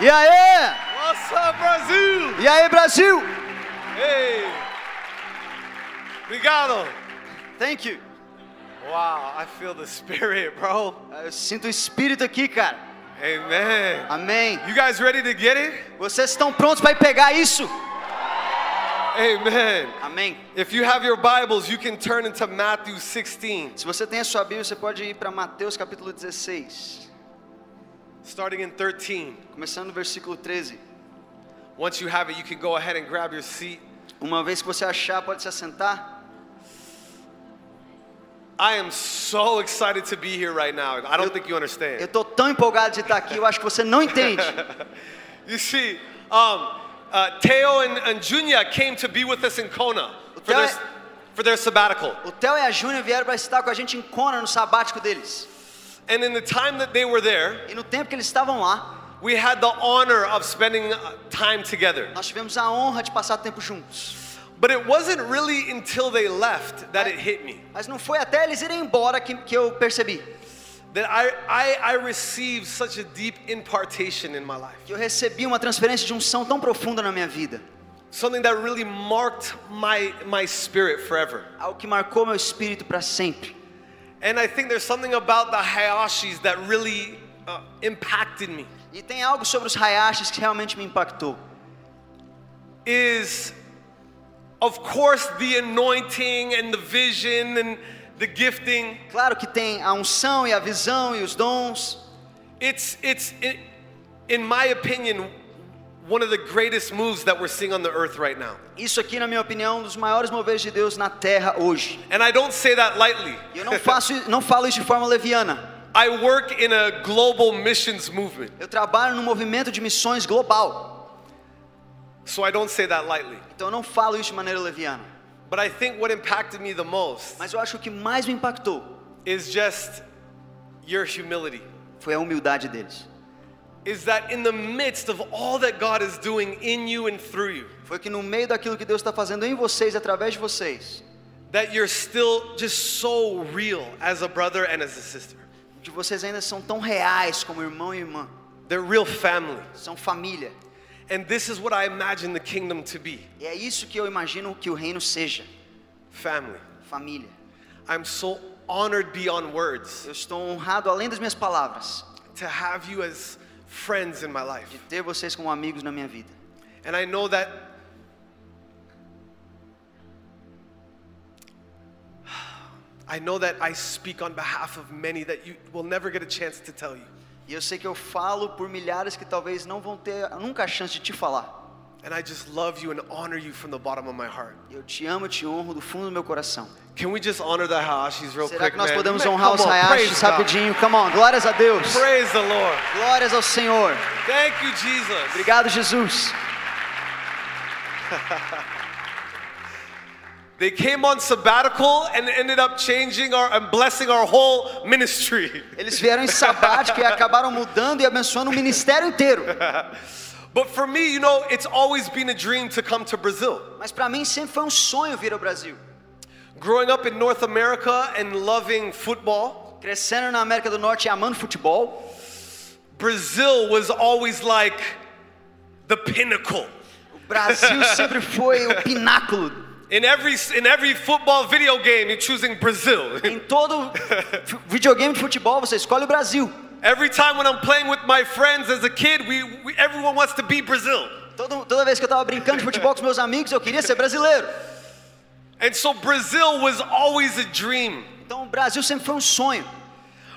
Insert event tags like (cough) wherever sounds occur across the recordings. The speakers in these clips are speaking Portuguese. E aí? What's up, Brasil? E aí, Brasil? Hey. Obrigado. Thank you. Wow, I feel the spirit, bro. Eu sinto o espírito aqui, cara. Amen. Amém. You guys ready to get it? Vocês estão prontos para pegar isso? Amen. Amém. If you have your Bibles, you can turn into Matthew 16, Se você tem a sua Bíblia, você pode ir para Mateus capítulo 16, starting in 13. começando no versículo 13. Once you have it, you can go ahead and grab your seat. Uma vez que você achar, pode se assentar. I am so excited to be here right now. I don't think you Eu understand. tô tão empolgado de estar aqui, eu acho que você não entende. You see, um, uh, Teo and, and Junya came to be with us in Kona for their, Teo- for their sabbatical. O Theo e a Júnior vieram para estar com a gente em Kona no sabático deles. And in the time that they were there, E no tempo que eles estavam lá, we had the honor of spending uh, time together. nós tivemos a honra de passar tempo juntos. But it wasn't really until they left that it hit me. Mas não foi até eles irem embora que, que eu percebi. That I, I, I received such a deep impartation in my life. Que eu recebi uma transferência de unção tão profunda na minha vida. Something that really marked my, my spirit forever. Algo que marcou meu espírito para sempre. And I think there's something about the Hayashis that really uh, impacted me. E tem algo sobre os Hayashis que realmente me impactou. Is, of course, the anointing and the vision and the gifting. Claro que tem a unção e a visão e os dons. It's it's it, in my opinion one of the greatest moves that we're seeing on the earth right now. Isso aqui, na minha opinião, é um dos maiores moveres de Deus na Terra hoje. And I don't say that lightly. (laughs) E eu não faço, não falo isso de forma leviana. I work in a global missions movement, Eu trabalho no movimento de missões global, so I don't say that lightly. então eu não falo isso de maneira leviana. But I think what impacted me the most Mas eu acho que o que mais me impactou is just your humility. foi a humildade deles. Is that in the midst of all that God is doing in you and through you, Foi que no meio daquilo que Deus está fazendo em vocês, através de vocês, that you're still just so real as a brother and as a sister. de vocês ainda são tão reais como irmão e irmã, They're real family. são família. And this is what I imagine the kingdom to be. E é isso que eu imagino que o reino seja, family. família. I'm so honored beyond words Eu estou honrado além das minhas palavras to have you as friends in my de life. ter vocês como amigos na minha vida. And I know that I know that I speak on behalf of many that you will never get a chance to tell you. E eu sei que eu falo por milhares que talvez não vão ter nunca a chance de te falar. And I just love you and honor you from the bottom of my heart. Eu te amo, eu te honro do fundo do meu coração. Can we just honor the Hayashis real Será quick, que nós man? podemos Man, honrar come os on, Hayashis praise God. rapidinho? Come on, glórias a Deus. Praise the Lord. Glórias ao Senhor. Thank you, Jesus. Obrigado, Jesus. They came on sabbatical and ended up changing our and blessing our whole ministry. (laughs) Eles vieram em sabático e acabaram mudando e abençoando o ministério inteiro. But for me, you know, it's always been a dream to come to Brazil. Mas para mim sempre foi um sonho vir ao Brasil. Growing up in North America and loving football, Crescendo na América do Norte e amando futebol, Brazil was always like the pinnacle. o Brasil sempre foi o pináculo. In every in every football video game, you're choosing Brazil. (laughs) Em todo f- videogame de futebol você escolhe o Brasil. Every time when I'm playing with my friends as a kid, we, we everyone wants to be Brazil. Todo- toda vez que eu tava brincando de futebol com os meus amigos, eu queria ser brasileiro. And so Brazil was always a dream. Então o Brasil sempre foi um sonho.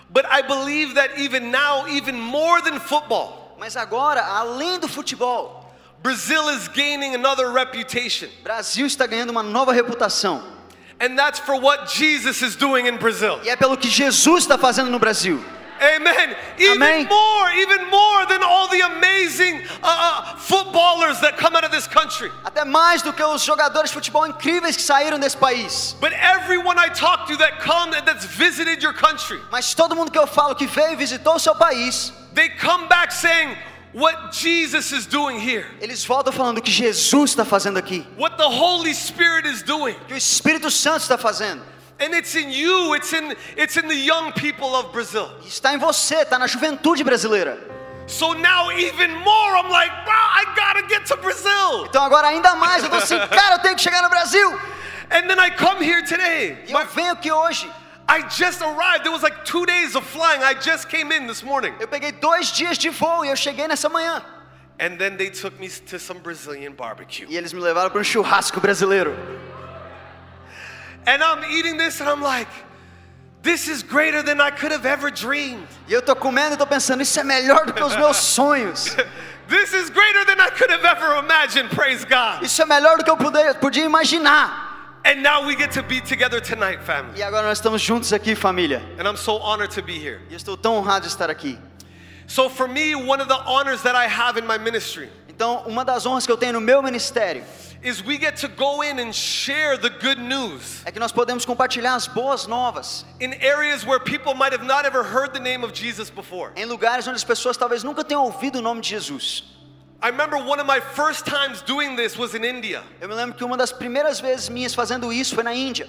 But I believe that even now, even more than football, Mas agora, além do futebol, Brazil is gaining another reputation. o Brasil está ganhando uma nova reputação. And that's for what Jesus is doing in Brazil. E é pelo que Jesus está fazendo no Brasil. Amen. Even Amém. more, even more than all the amazing uh, uh, footballers that come out of this country. Até mais do que os jogadores de futebol incríveis que saíram desse país. But everyone I talk to that come and that's visited your country, Mas todo mundo que eu falo que veio e visitou o seu país, they come back saying what Jesus is doing here, eles voltam falando que Jesus está fazendo aqui, what the Holy Spirit is doing. que o Espírito Santo está fazendo. And it's in you, it's in it's in the young people of Brazil. Está em você, está na juventude tá brasileira. So now even more, I'm like, bro, I gotta get to Brazil. Então agora ainda mais, eu tô assim, cara, eu tenho que chegar no Brasil. And then I come here today. E eu My- venho aqui hoje. I just arrived. It was like two days of flying. I just came in this morning. Eu peguei dois dias de voo e eu cheguei nessa manhã. And then they took me to some Brazilian barbecue. E eles me levaram para um churrasco brasileiro. And I'm eating this and I'm like, this is greater than I could have ever dreamed. E eu tô comendo e tô pensando, isso é melhor do que os meus sonhos. This is greater than I could have ever imagined, praise God. Isso é melhor do que eu podia, podia imaginar. And now we get to be together tonight, family. E agora nós estamos juntos aqui, família. And I'm so honored to be here. E eu estou tão honrado de estar aqui. So, for me, one of the honors that I have in my ministry Então, uma das honras que eu tenho no meu ministério is we get to go in and share the good news é que nós podemos compartilhar as boas novas in areas where people might have not ever heard the name of Jesus before. em lugares onde as pessoas talvez nunca tenham ouvido o nome de Jesus. I remember one of my first times doing this was in India, Eu me lembro que uma das primeiras vezes minhas fazendo isso foi na Índia.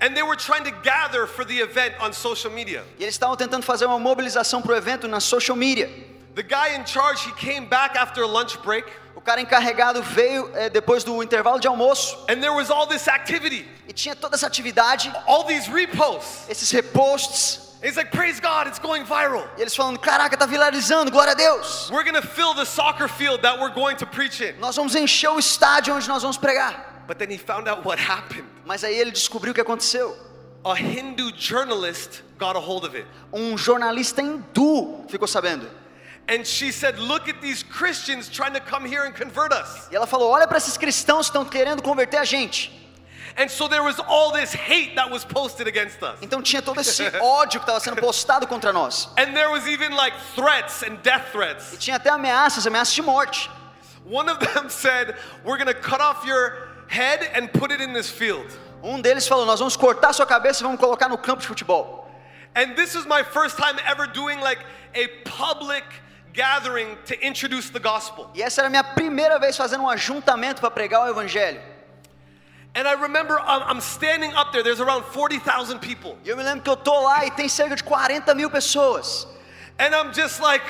and they were trying to gather for the event on social media. E eles estavam tentando fazer uma mobilização para o evento na social media. The guy in charge, he came back after a lunch break, O cara encarregado veio eh, depois do intervalo de almoço and there was all this activity, e tinha toda essa atividade, all these reposts. esses reposts, It's like, praise God, it's going viral. e eles falando: Caraca, tá viralizando, glória a Deus! We're gonna fill the soccer field that we're going to preach in. Nós vamos encher o estádio onde nós vamos pregar. But then he found out what happened. Mas aí ele descobriu o que aconteceu. A Hindu journalist got a hold of it. Um jornalista hindu ficou sabendo. And she said, Look at these Christians trying to come here and convert us. E ela falou: Olha para esses cristãos que estão querendo converter a gente. And so there was all this hate that was posted against us. Então tinha todo esse ódio que estava sendo postado contra nós. And there was even like threats and death E threats. tinha até ameaças, ameaças de morte. One of them (laughs) said, We're gonna cut off your head and put it in this field. Um deles falou: Nós vamos cortar sua cabeça e vamos colocar no campo de futebol. And this was my first time ever doing like a public gathering to introduce the gospel. E essa era a minha primeira vez fazendo um ajuntamento para pregar o evangelho. And I remember um, I'm standing up there, there's around 40,000 people. E eu me lembro que eu tô lá e tem cerca de 40 mil pessoas. And I'm just like,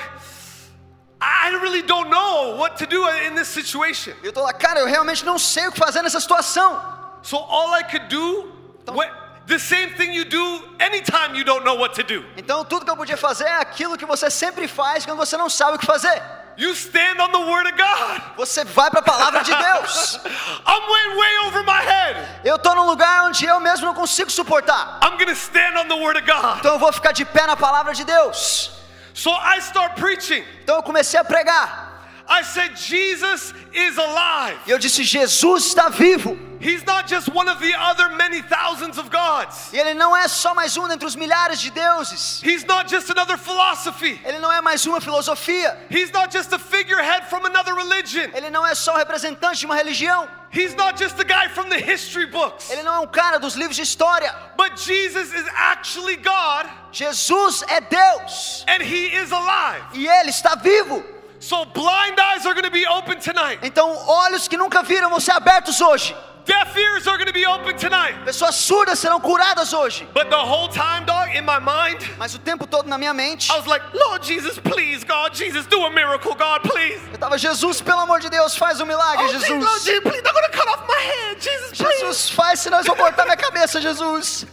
I really don't know what to do in this situation. E eu tô lá, cara, eu realmente não sei o que fazer nessa situação. So all I could do, what, the same thing you do anytime you don't know what to do. Então tudo que eu podia fazer é aquilo que você sempre faz quando você não sabe o que fazer. You stand on the word of God. Você vai para a palavra de Deus. (laughs) I'm way, way over my head. Eu tô num lugar onde eu mesmo não consigo suportar. I'm gonna stand on the word of God. Então eu vou ficar de pé na palavra de Deus. So I start preaching. Então eu comecei a pregar. I said, Jesus is alive. E eu disse: Jesus está vivo. He's not just one of the other many thousands of gods. E ele não é só mais um dentre os milhares de deuses. He's not just another philosophy. Ele não é mais uma filosofia. He's not just a figurehead from another religion. Ele não é só o representante de uma religião. He's not just the guy from the history books. Ele não é um cara dos livros de história. But Jesus is actually God Jesus é Deus. and he is alive. E ele está vivo. So blind eyes are going to be open tonight. Então, olhos que nunca viram vão ser abertos hoje. Deaf ears are going to be open tonight. Pessoas surdas serão curadas hoje. But the whole time, dog, in my mind, Mas o tempo todo na minha mente, I was like, Lord Jesus, please, God, Jesus, do a miracle, God, please. eu tava, Jesus, pelo amor de Deus, faz um milagre, Oh, please, Lord Jesus. Jesus, please, they're going to cut off my head, Jesus, please. Jesus, faz, senão eu vou cortar minha cabeça, Jesus.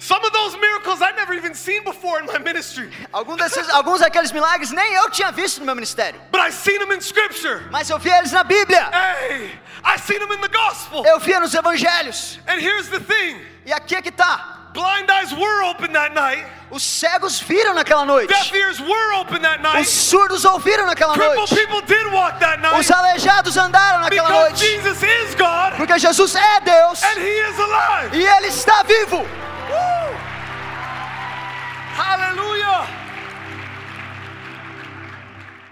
Some of those miracles I've never even seen before in my ministry, Algum desses, alguns daqueles milagres nem eu tinha visto no meu ministério. but I've seen them in scripture. Mas eu vi eles na Bíblia. Hey, I've seen them in the gospel. Eu via nos evangelhos. And here's the thing. E aqui é que tá. Blind eyes were open that night. Os cegos viram naquela Deaf noite. ears were open that Os night. surdos ouviram naquela Crippled noite. people did walk that Os night. aleijados andaram naquela Because noite. Jesus is God Porque Jesus é Deus and He is alive. e Ele está vivo. Uh! Woo! Hallelujah.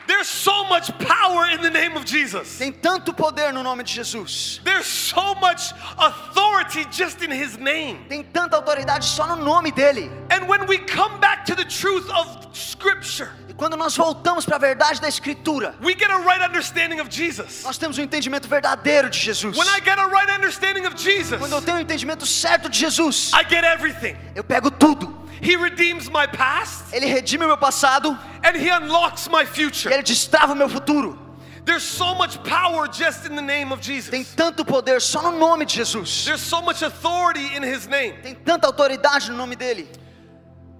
There's so much power in the name of Jesus. Tem tanto poder no nome de Jesus. There's so much authority just in His name. Tem tanta autoridade só no nome dele. And when we come back to the truth of Scripture, E quando nós voltamos para a verdade da Escritura, we get a right understanding of Jesus. nós temos um entendimento verdadeiro de Jesus. When I get a right understanding of Jesus, Quando eu tenho o entendimento certo de Jesus, I get everything. eu pego tudo. He redeems my past Ele redime o meu passado and He unlocks my e future. ele destrava o meu futuro. There's so much power just in the name of Tem Jesus. tanto poder só no nome de Jesus. There's so much authority in His name. Tem tanta autoridade no nome dele.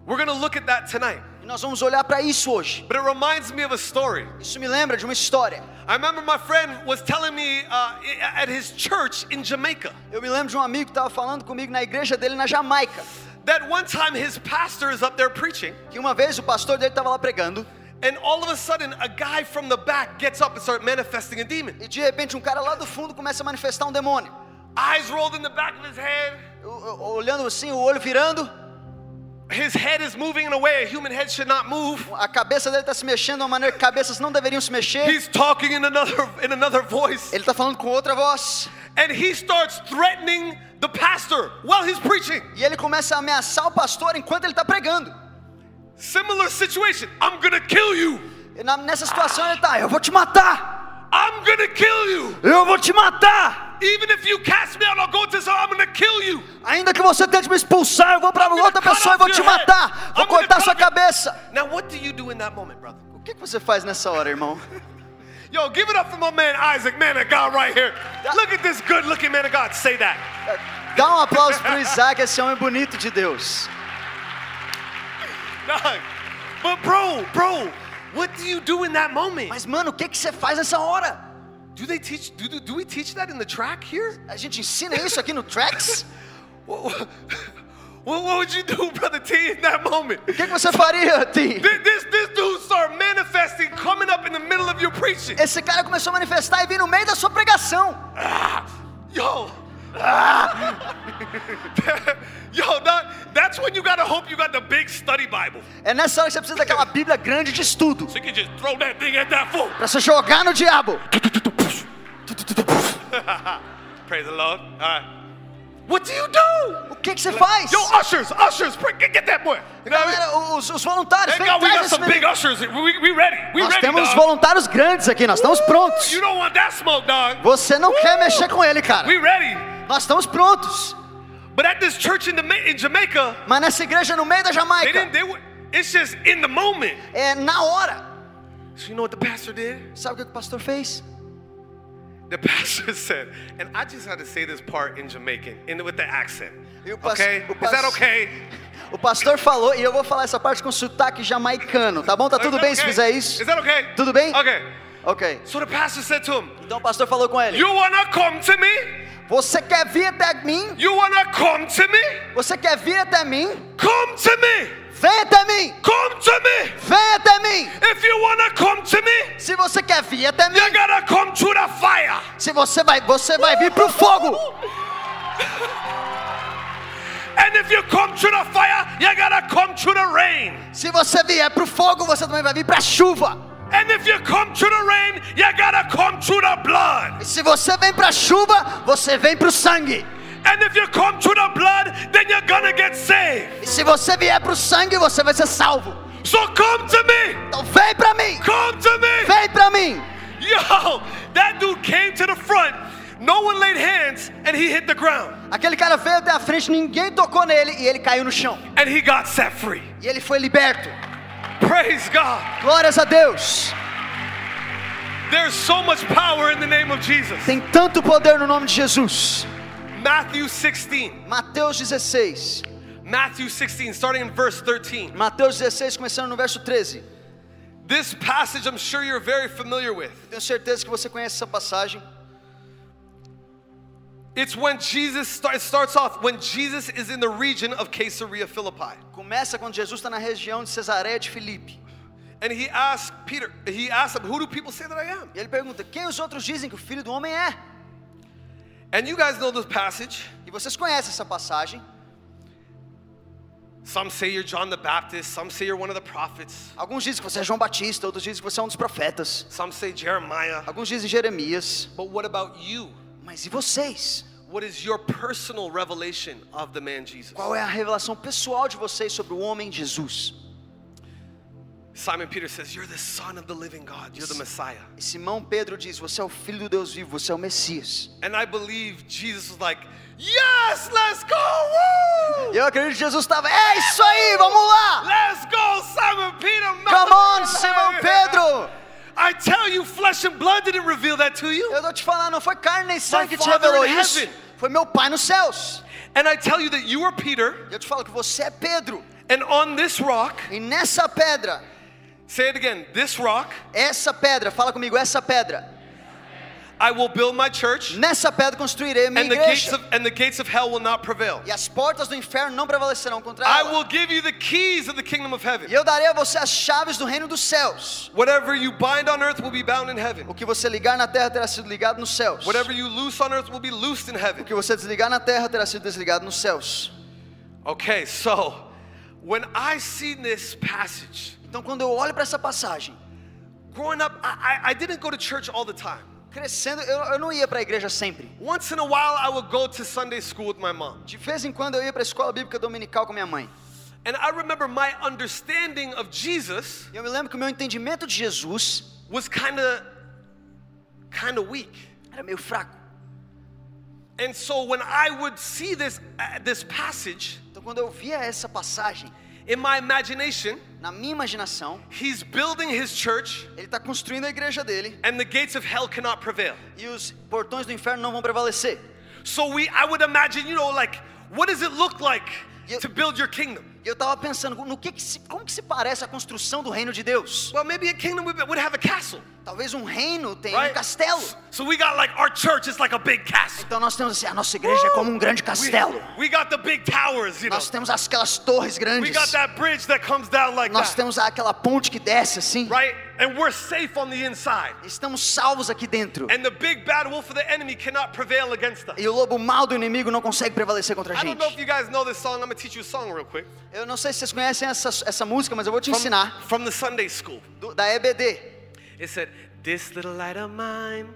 We're going to look at that tonight. E nós vamos olhar para isso hoje. But it reminds me of a story. Isso me lembra de uma história. I remember my friend was telling me uh, at his church in Jamaica Eu me lembro de um amigo que estava falando comigo na igreja dele na Jamaica. that one time his pastor is up there preaching, Que uma vez o pastor dele estava lá pregando. and all of a sudden a guy from the back gets up and starts manifesting a demon. E de repente um cara lá do fundo começa a manifestar um demônio. Eyes rolled in the back of his head. O- o- Olhando assim, o olho virando. His head is moving in a way a human head should not move. A cabeça dele está se mexendo de uma maneira que cabeças não deveriam se mexer. He's talking in another in another voice, Ele está falando com outra voz. and he starts threatening the pastor while he's preaching. E ele começa a ameaçar o pastor enquanto ele está pregando. Similar situation. I'm gonna kill you. E na- nessa situação ele está: Eu vou te matar! I'm gonna kill you. Eu vou te matar! Even if you cast me out, I'll go to hell. I'm gonna kill you. Ainda que você tente me expulsar, eu vou para outra cut pessoa e off vou te your head. matar! Vou I'm gonna cortar cut sua off your- cabeça! Now, what do you do in that moment, brother? O que, que você faz nessa hora, irmão? Yo, give it up for my man Isaac, man of God, right here. Look at this good-looking man of God. Say that. (laughs) Dá um aplauso pro Isaac, esse homem bonito de Deus. Dog. But bro, bro, what do you do in that moment? Mas, mano, o que, que você faz nessa hora? Do they teach? Do, do, do we teach that in the track here? A gente ensina isso aqui no Tracks? What, what, (laughs) what would you do, brother T, in that moment? O que, que você faria, Tim? This, this, this dude started manifesting, coming up in the middle of your preaching. Esse cara começou a manifestar e vir no meio da sua pregação. Yo. (laughs) Yo, that, that's when you gotta hope you got the big study Bible. É nessa hora que você precisa daquela Bíblia grande de estudo So you can just throw that thing at that fool. Pra você jogar no diabo. Praise the Lord. All right. What do you do? O que, que você faz? Yo, ushers, ushers, pr- get get that boy. You know what I mean? Galera, os, os voluntários, Thank vem God we atrás got desse some menino. big ushers. We, we, we ready. We Nós ready, temos dog. voluntários grandes aqui, nós estamos prontos. You don't want that smoke, dog. Você não quer Woo! mexer com ele, cara. We ready. Nós estamos prontos. But at this church in, the, in Jamaica, Mas nessa igreja no meio da they didn't. Jamaica, They were. It's just in the moment. é na hora. So you know what the pastor did? Sabe o que que o pastor fez? The (laughs) pastor said, and I just had to say this part in Jamaican, in with the accent. Eu passo- Okay, eu is that passo- okay? O pastor falou, e eu vou falar essa parte com sotaque jamaicano, tá bom? Tá Is tudo that bem se okay? fizer isso? Is that okay? Tudo bem? Okay. Ok. So the pastor said to him, Então o pastor falou com ele: "You wanna come to me?" Você quer vir até mim? You wanna come to me? Você quer vir até mim? Come to me! Vem até mim! Come to me! Vem até mim! If you wanna come to me, Se você quer vir até mim, you gotta come to the fire! se você vai, você vai vir pro fogo! And if you come to the fire, you gotta come to the rain! Se você vier pro fogo, você também vai vir pra chuva. And if you come to the rain, you gotta come to the blood! E se você vem pra chuva, você vem pro sangue. And if you come to the blood, then you're gonna get saved! E se você vier pro sangue, você vai ser salvo. So come to me! Então vem pra mim! Come to me! Vem pra mim! Yo! That dude came to the front, no one laid hands, and he hit the ground. Aquele cara veio até a frente, ninguém tocou nele e ele caiu no chão. And he got set free. E ele foi liberto. Praise God! Glórias a Deus! There's so much power in the name of Jesus. Tem tanto poder no nome de Jesus. Matthew 16. Mateus 16. Matthew 16, starting in verse 13. Mateus 16, começando no verso 13. This passage I'm sure you're very familiar with. Tenho certeza que você conhece essa passagem. It's when Jesus start, it starts off when Jesus is in the region of Caesarea Philippi. Começa quando Jesus está na região de Cesareia de Filipe. And he asked Peter, he asked him, Who do people say that I am? E ele pergunta: Quem os outros dizem que o filho do homem é? And you guys know this passage. E vocês conhecem essa passagem. Some say you're John the Baptist, some say you're one of the prophets, Alguns dizem que você é João Batista, outros dizem que você é um dos profetas. some say Jeremiah. Alguns dizem Jeremias. But what about you? Mas e vocês? What is your personal revelation of the man Jesus? Qual é a revelação pessoal de vocês sobre o homem Jesus? Simon Peter says, You're the Son of the living God, you're the Messiah. E Simão Pedro diz: Você é o filho do Deus vivo, você é o Messias. And I believe Jesus was like, Yes, let's go! Woo! Eu acredito que Jesus estava, é isso aí, vamos lá! Let's go, Simon Peter! Come on, Simão Pedro! I tell you, flesh and blood didn't reveal that to you. Eu vou te falar, não foi carne nem sangue que te Father revelou in isso, heaven. foi meu Pai nos céus. And I tell you that you are Peter, Eu te falo que você é Pedro, and on this rock, e nessa pedra, say it again, this rock, essa pedra, fala comigo, essa pedra, I will build my church, nessa pedra construirei a minha and the gates igreja, of and the gates of hell will not prevail. e as portas do inferno não prevalecerão contra I ela. will give you the keys of the kingdom of heaven. E eu darei a você as chaves do reino dos céus. Whatever you bind on earth will be bound in heaven. O que você ligar na terra terá sido ligado nos céus. Whatever you loose on earth will be loosed in O heaven. que você desligar na terra terá sido desligado nos céus. Okay, so when I see this passage, Então, quando eu olho para essa passagem, growing up, I, I, I didn't go to church all the time. crescendo, eu, eu não ia para a igreja sempre. Once in a while, I would go to Sunday school with my mom. De vez em quando eu ia para a escola bíblica dominical com minha mãe. And I remember my understanding of Jesus E eu me lembro que o meu entendimento de Jesus was kind of kind of weak. era meio fraco. And so when I would see this uh, this passage Então, quando eu via essa passagem, in my imagination, na minha imaginação, he's building his church ele está construindo a igreja dele and the gates of hell cannot prevail. e os portões do inferno não vão prevalecer. So we I would imagine, you know, like what does it look like Yeah. to build your kingdom? E eu estava pensando, no que, que se, como que se parece a construção do reino de Deus? Well, maybe a kingdom would would have a castle. Talvez um reino tenha Right? um castelo. So we got like our church is like a big castle. Então nós temos assim, a nossa igreja é como um grande We, castelo. we got the big towers, you know. Nós temos aquelas torres We grandes. got that bridge that comes down like Nós that, temos aquela ponte que desce assim. right? And we're safe on the inside. Estamos salvos aqui dentro. And the big bad wolf of the enemy cannot prevail against us. E o lobo mau do inimigo não consegue prevalecer contra a I don't gente. know if you guys know this song. I'm gonna teach you a song real quick Eu não sei se vocês conhecem essa, essa música, mas eu vou te from, ensinar. from the Sunday school. do- da EBD. It said, "This little light of mine,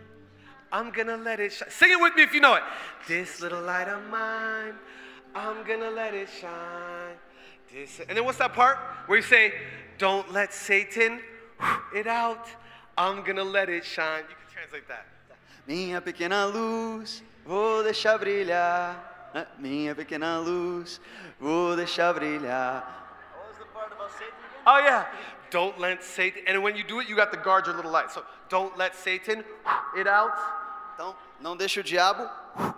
I'm gonna let it shine." Sing it with me if you know it. This little light of mine, I'm gonna let it shine. This, and then what's that part where you say, "Don't let Satan it out. I'm gonna let it shine." You can translate that. Minha pequena luz, vou deixar brilhar. Ah, Minha pequena luz, vou deixar brilhar. Oh yeah. Don't let Satan. And when you do it, you got to guard your little light. So don't let Satan it out. Então, não deixa o diabo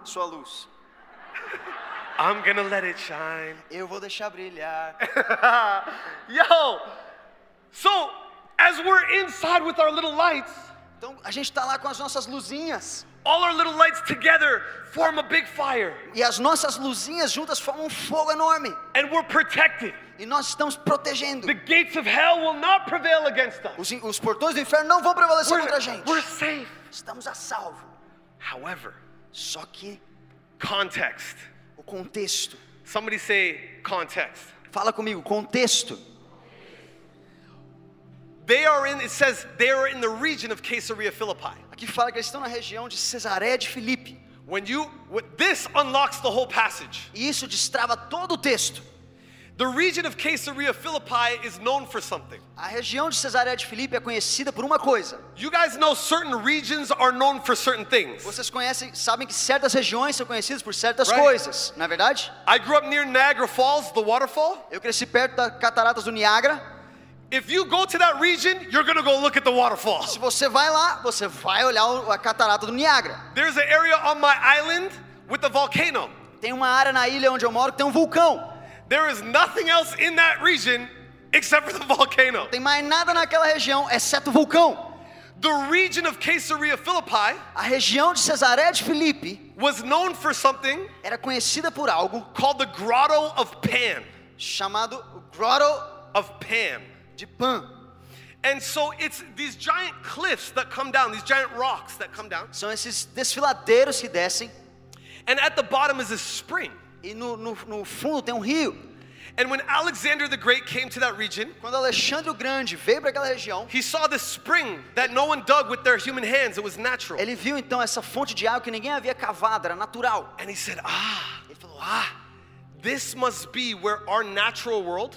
sua luz. I'm gonna let it shine. (laughs) Eu vou deixar brilhar. Yo! So, as we're inside with our little lights, Então, a gente tá lá com as nossas luzinhas. all our little lights together form a big fire, E as nossas luzinhas juntas formam um fogo enorme. and we're protected. E nós estamos protegendo. The gates of hell will not prevail against us. Os, in- os portões do inferno não vão prevalecer contra a We're, gente. we're safe. Estamos a salvo. However, Só que context. o contexto. Somebody say context. Fala comigo, contexto. They are in, it says they are in the region of Caesarea Philippi. Aqui fala que eles estão na região de Cesaré de Filipe. When you, what- this unlocks the whole passage. E isso destrava todo o texto. The region of Caesarea Philippi is known for something. A região de Cesaré de Filipe é conhecida por uma coisa. You guys know certain regions are known for certain things. Vocês conhecem, sabem que certas regiões são conhecidas por certas Right. coisas, não é verdade? I grew up near Niagara Falls, the waterfall. Eu cresci perto das cataratas do Niágara. If you go to that region, you're gonna go look at the waterfall. Se você vai lá, você vai olhar o- a catarata do Niágara. There's an area on my island with a volcano. Tem uma área na ilha onde eu moro que tem um vulcão. There is nothing else in that region except for the (laughs) volcano. Tem mais nada naquela região, exceto o vulcão. The region of Caesarea Philippi A região de Cesaré de Filipe was known for something era conhecida por algo called the Grotto of Pan. chamado Grotto Of Pan. de Pan. And so it's these giant cliffs that come down, these giant rocks that come down. São esses desfiladeiros que descem And at the bottom is a spring. e no, no- no fundo tem um rio. And when Alexander the Great came to that region, Quando Alexandre o Grande veio para aquela região, he saw the spring that no one dug with their human hands. It was natural. ele viu então essa fonte de água que ninguém havia cavado, era natural. And he said, Ah, ah, this must be where our natural world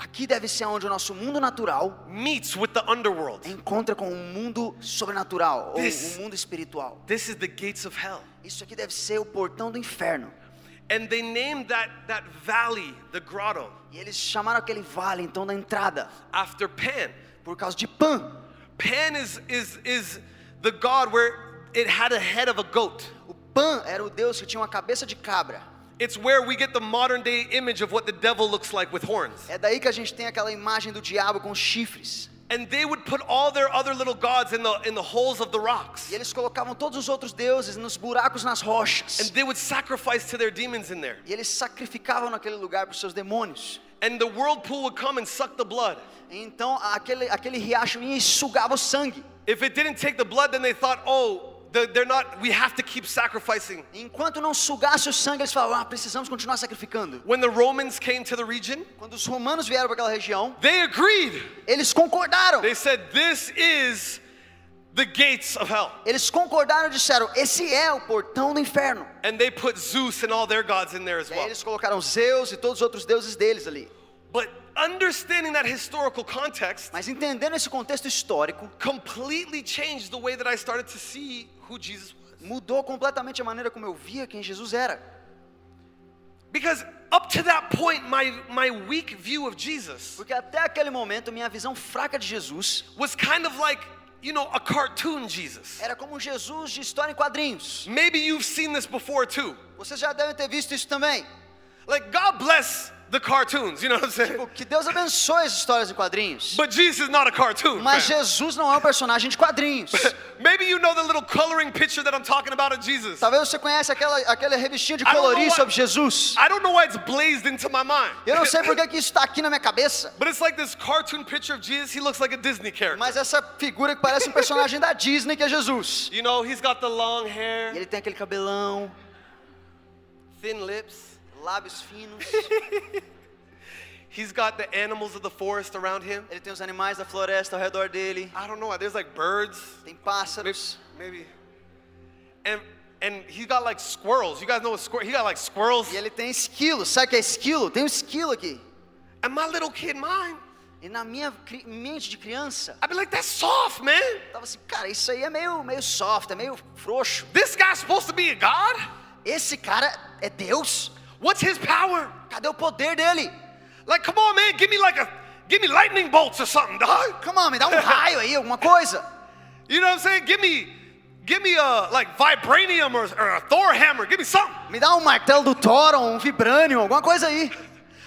Aqui deve ser onde o nosso mundo natural meets with the underworld. encontra com o mundo sobrenatural, ou This- o mundo espiritual. This is the gates of hell. Isso aqui deve ser o portão do inferno. And they named that, that valley the grotto E eles chamaram aquele vale então da entrada, after Pan. por causa de Pan. Pan is, is, is the god where it had a head of a goat. O Pan era o deus que tinha uma cabeça de cabra. It's where we get the modern day image of what the devil looks like with horns. É daí que a gente tem aquela imagem do diabo com chifres. And they would put all their other little gods in the, in the holes of the rocks. E eles colocavam todos os outros deuses nos buracos nas And rochas. they would sacrifice to their demons in there. E eles sacrificavam naquele lugar para os seus demônios. And the whirlpool would come and suck the blood. Então aquele, aquele riacho ia e sugava o sangue. If it didn't take the blood, then they thought, oh, they're they're not, we have to keep sacrificing. Enquanto não sugasse o sangue, eles falavam: ah, precisamos continuar sacrificando. When the Romans came to the region, Quando os romanos vieram para aquela região, they agreed. eles concordaram. They said, this is the gates of hell. Eles concordaram e disseram: esse é o portão do inferno. And they put Zeus and all their gods in there as E aí well. eles colocaram Zeus e todos os outros deuses deles ali. But understanding that historical context Mas entendendo esse contexto histórico, completely changed the way that I started to see who Jesus was. mudou completamente a maneira como eu via quem Jesus era. Because up to that point, my, my weak view of Jesus Porque até aquele momento, minha visão fraca de Jesus was kind of like, you know, a cartoon Jesus. era como um Jesus de história em quadrinhos. Maybe you've seen this before too. Vocês já devem ter visto isso também. Like, God bless the cartoons, you know what I'm saying? Tipo, que Deus abençoe as histórias em quadrinhos. But Jesus is not a cartoon. Mas fam. Jesus não é um personagem (laughs) de quadrinhos. Maybe you know the little coloring picture that I'm talking about of Jesus. Talvez você conheça aquela, aquela revistinha de I don't know colorir why- sobre Jesus. I don't know why it's blazed into my mind. Eu não sei porque que isso está aqui na minha cabeça. But it's like this cartoon picture of Jesus. He looks like a Disney character. Mas essa figura que parece um personagem da Disney, que é Jesus. You know, he's got the long E hair, ele tem aquele cabelão, thin lips. lábios finos. He's got the animals of the forest around him. Ele tem os animais da floresta ao redor dele. I don't know. There's like birds, Tem May- pássaros. maybe. And and he got like squirrels. You guys know what squirrel? He got like squirrels. E ele tem esquilo. Sabe o que é esquilo? Tem um esquilo aqui. And my little kid mind, E na minha cri- mente de criança, I'd be like, that's soft, man. eu tava assim, cara, isso aí é meio, meio soft, é meio frouxo. This guy's supposed to be a god. Esse cara é Deus? What's his power? Cadê o poder dele? Like, come on, man. Give me like a, give me lightning bolts or something, dog. Come on, me dá um raio aí, alguma coisa. You know what I'm saying? Give me, give me a like vibranium or, or a Thor hammer. Give me something. Me dá um martelo do Thor, um vibranium, alguma coisa aí.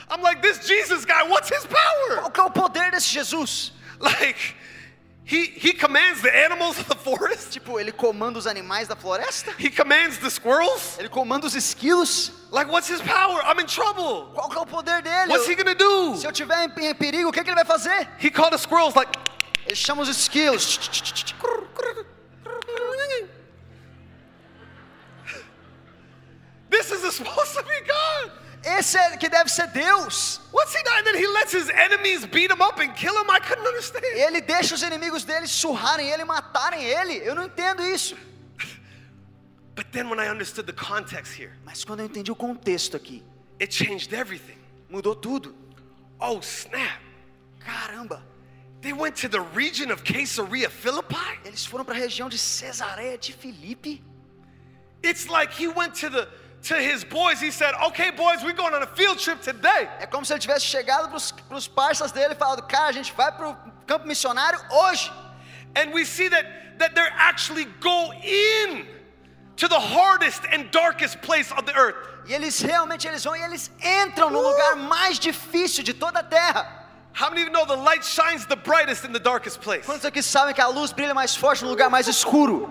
I'm like, this Jesus guy. What's his power? (laughs) Qual que é o poder desse Jesus? Like, he he commands the animals of the forest. Tipo, ele comanda os animais da floresta? He commands the squirrels. Ele comanda os esquilos? Like, what's his power? I'm in trouble. Qual que é o poder dele? What's he gonna do? Se eu tiver em, em perigo, o que, que ele vai fazer? He called the squirrels like. Ele chama os esquilos. This is supposed to be God. Esse é que deve ser Deus. What's he doing? And then he lets his enemies beat him up and kill him. I couldn't understand. Ele deixa os inimigos dele surrarem ele, matarem ele. Eu não entendo isso. But then when I understood the context here, Mas quando eu entendi o contexto aqui, it changed everything. mudou tudo. Oh snap! Caramba, They went to the region of Caesarea Philippi. eles foram para a região de Cesareia de Filipe. It's like he went to the to his boys. He said, "Okay, boys, we're going on a field trip today." É como se ele tivesse chegado para os parças dele e falado: Cara, a gente vai para o campo missionário hoje. And we see that that they're actually go in to the hardest and darkest place on the earth. E eles realmente eles vão e eles entram no lugar mais difícil de toda a terra. How many of you know the light shines the brightest in the darkest place? Quantos aqui sabem que a luz brilha mais forte no lugar mais escuro?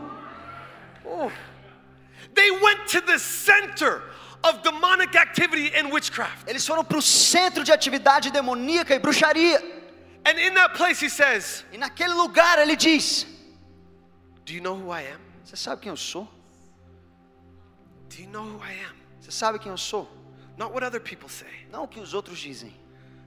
They went to the center of demonic activity and witchcraft. Eles foram para o centro de atividade demoníaca e bruxaria. And in that place, he says, E naquele lugar ele diz: Do you know who I am? Você sabe quem eu sou? Do you know who I am? Você sabe quem eu sou? Not what other people say. Não o que os outros dizem.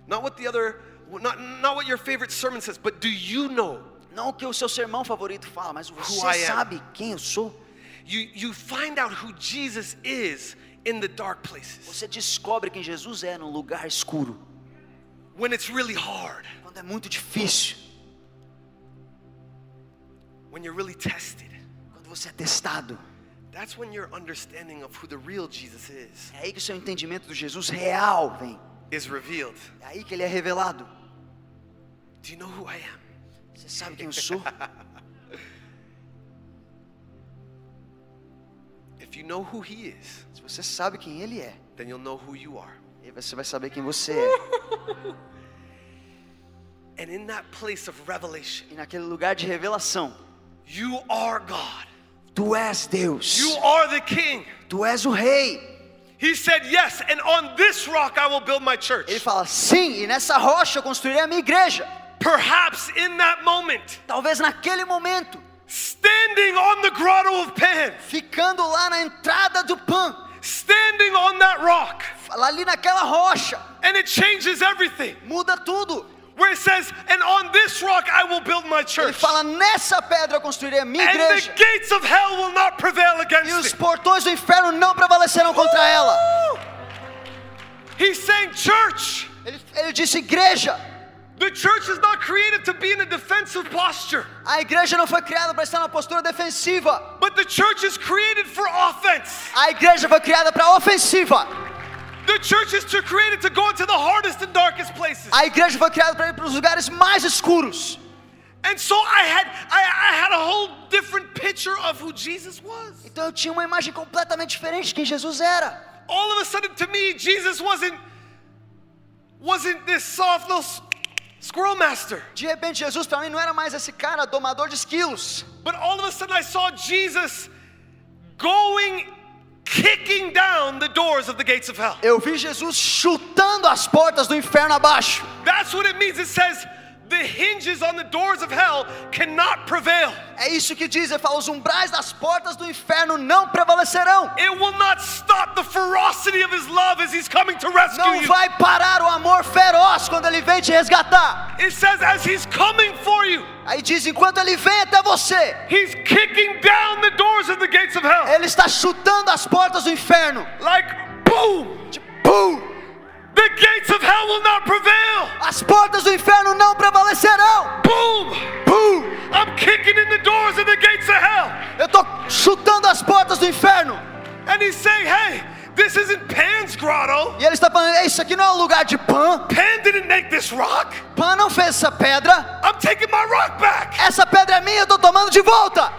Not what the other, not, not what your favorite sermon says, but do you know? Não o que o seu sermão favorito fala, mas Who I você am. sabe quem eu sou? You, you find out who Jesus is in the dark places Você descobre quem Jesus é num lugar escuro, when it's really hard, quando é muito difícil, when you're really tested. quando você é testado. That's when your understanding of who the real Jesus is É aí que o seu entendimento do Jesus real vem. is revealed. É aí que ele é revelado. Do you know who I am? Você sabe quem (laughs) eu sou? If you know who He is, Se você sabe quem ele é, then you'll know who you are. aí você vai saber quem você é. And in that place of revelation, E naquele lugar de revelação, you are God. tu és Deus. You are the King. Tu és o rei. He said, Yes, and on this rock I will build my Ele church. fala: "Sim, e nessa rocha eu construirei a minha igreja". Perhaps in that moment, Talvez naquele momento, standing on the grotto of Pan, ficando lá na entrada do Pan, standing on that rock, lá ali naquela rocha, and it changes everything. muda tudo. Where it says, And on this rock I will build my Ele church. fala: "Nessa pedra eu construirei a minha And the igreja, gates of hell will not prevail e os against it. portões do inferno não prevalecerão contra ela". Woo! He's saying, Church, Ele, ele disse: "Igreja, the church is not created to be in a defensive posture, a igreja não foi criada para estar na postura defensiva. but the church is created for offense. A igreja foi criada para a ofensiva. The church is to created to go into the hardest and darkest places. A igreja foi criada para ir para os lugares mais escuros." and so I had I, I had a whole different picture of who Jesus was. Então eu tinha uma imagem completamente diferente de quem Jesus era. All of a sudden to me, Jesus wasn't wasn't this soft little s- squirrel master. De repente, Jesus para mim não era mais esse cara domador de esquilos, But all of a sudden I saw Jesus going kicking down the doors of the gates of hell. eu vi Jesus chutando as portas do inferno abaixo. That's what it means. It says the hinges on the doors of hell cannot prevail. É isso que diz, ele fala: os umbrais das portas do inferno não prevalecerão. It will not stop the ferocity of his love as he's coming to rescue Não you. vai parar o amor feroz quando ele vem te resgatar. It says, as he's coming for you, Aí diz: enquanto ele vem até você, he's kicking down the doors of the gates of hell. ele está chutando as portas do inferno. Like, boom! Tipo, pum! The gates of hell will not prevail. As portas do inferno não prevalecerão. Boom! Pum! I'm kicking in the doors of the gates of hell. Eu tô chutando as portas do inferno. And he's saying, hey, this isn't Pan's grotto. E ele está falando: "Ei, isso aqui não é um lugar de pã. Pan didn't make this rock. Pan não fez essa pedra. I'm taking my rock back. Essa pedra é minha, eu tô tomando de volta.